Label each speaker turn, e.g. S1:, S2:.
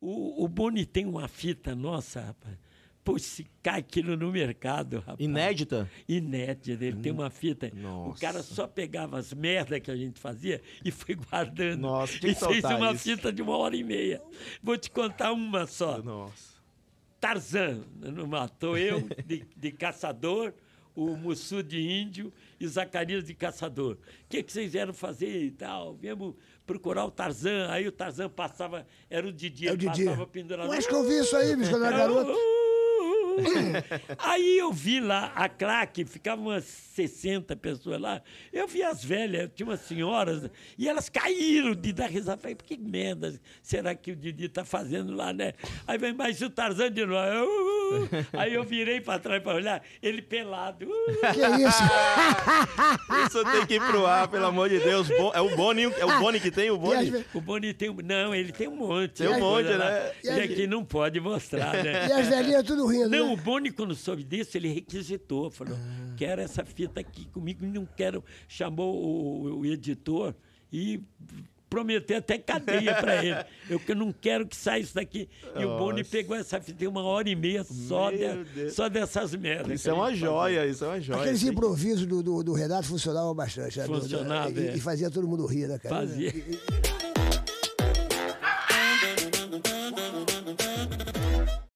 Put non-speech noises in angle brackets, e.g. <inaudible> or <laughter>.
S1: O, o Boni tem uma fita nossa, rapaz. Pô, se cai aquilo no mercado, rapaz.
S2: Inédita?
S1: Inédita. Ele tem uma fita. O
S2: Nossa.
S1: cara só pegava as merdas que a gente fazia e foi guardando.
S2: Nossa, tinha
S1: e
S2: que
S1: fez
S2: soltar
S1: uma
S2: isso.
S1: fita de uma hora e meia. Vou te contar uma só.
S2: Nossa.
S1: Tarzan não matou eu de, de caçador, o Mussu de índio e Zacarias de caçador. O que, que vocês vieram fazer e tal? Viemos procurar o Tarzan. Aí o Tarzan passava, era o Didi,
S3: É o
S1: ele
S3: Didi.
S1: passava pendurado.
S3: Eu acho que eu vi isso aí, bicho, quando eu
S2: Ah,
S3: era garoto.
S1: <laughs> Aí eu vi lá a claque, ficavam umas 60 pessoas lá. Eu vi as velhas, tinha umas senhoras, e elas caíram de dar risada. Falei, que merda será que o Didi tá fazendo lá, né? Aí vem mais o Tarzan de novo. Eu,
S2: <laughs>
S1: uh, uh. Aí eu virei para trás para olhar, ele pelado.
S2: <laughs>
S1: Uh.
S3: Que é isso? Ah,
S2: Isso tem que ir pro ar, pelo amor de Deus. Bo- É o Boni, é o Boni que tem o
S3: E às
S2: Boni.
S3: ve-
S1: O Boni tem um. Não, ele tem um monte.
S2: Tem um
S1: de coisa
S2: monte,
S1: lá.
S2: né?
S1: E aqui não pode mostrar,
S2: <laughs>
S1: né?
S3: E as velhinhas tudo rindo.
S1: Não, o
S3: né?
S1: Boni, quando soube disso, ele requisitou. Falou,
S2: Ah.
S1: quero essa fita aqui comigo, não quero. Chamou o, o editor e prometeu até cadeia para
S2: <laughs>
S1: ele. Eu que não quero que saia isso daqui. E o Boni
S2: Nossa.
S1: pegou essa fita, tem uma hora e meia só,
S2: Meu
S1: de-
S2: Deus.
S1: só dessas merdas.
S2: Isso
S1: que
S2: é
S1: a gente
S2: uma
S1: fazia.
S2: joia, isso é uma joia.
S3: Aqueles
S2: Tem que-
S3: improvisos do, do, do Renato funcionavam bastante. né? Do- do-
S1: assim. Funcionava,
S3: e-
S1: é. <laughs>
S3: E, fazia todo mundo rir, né, cara?
S1: Fazia.
S3: E- e-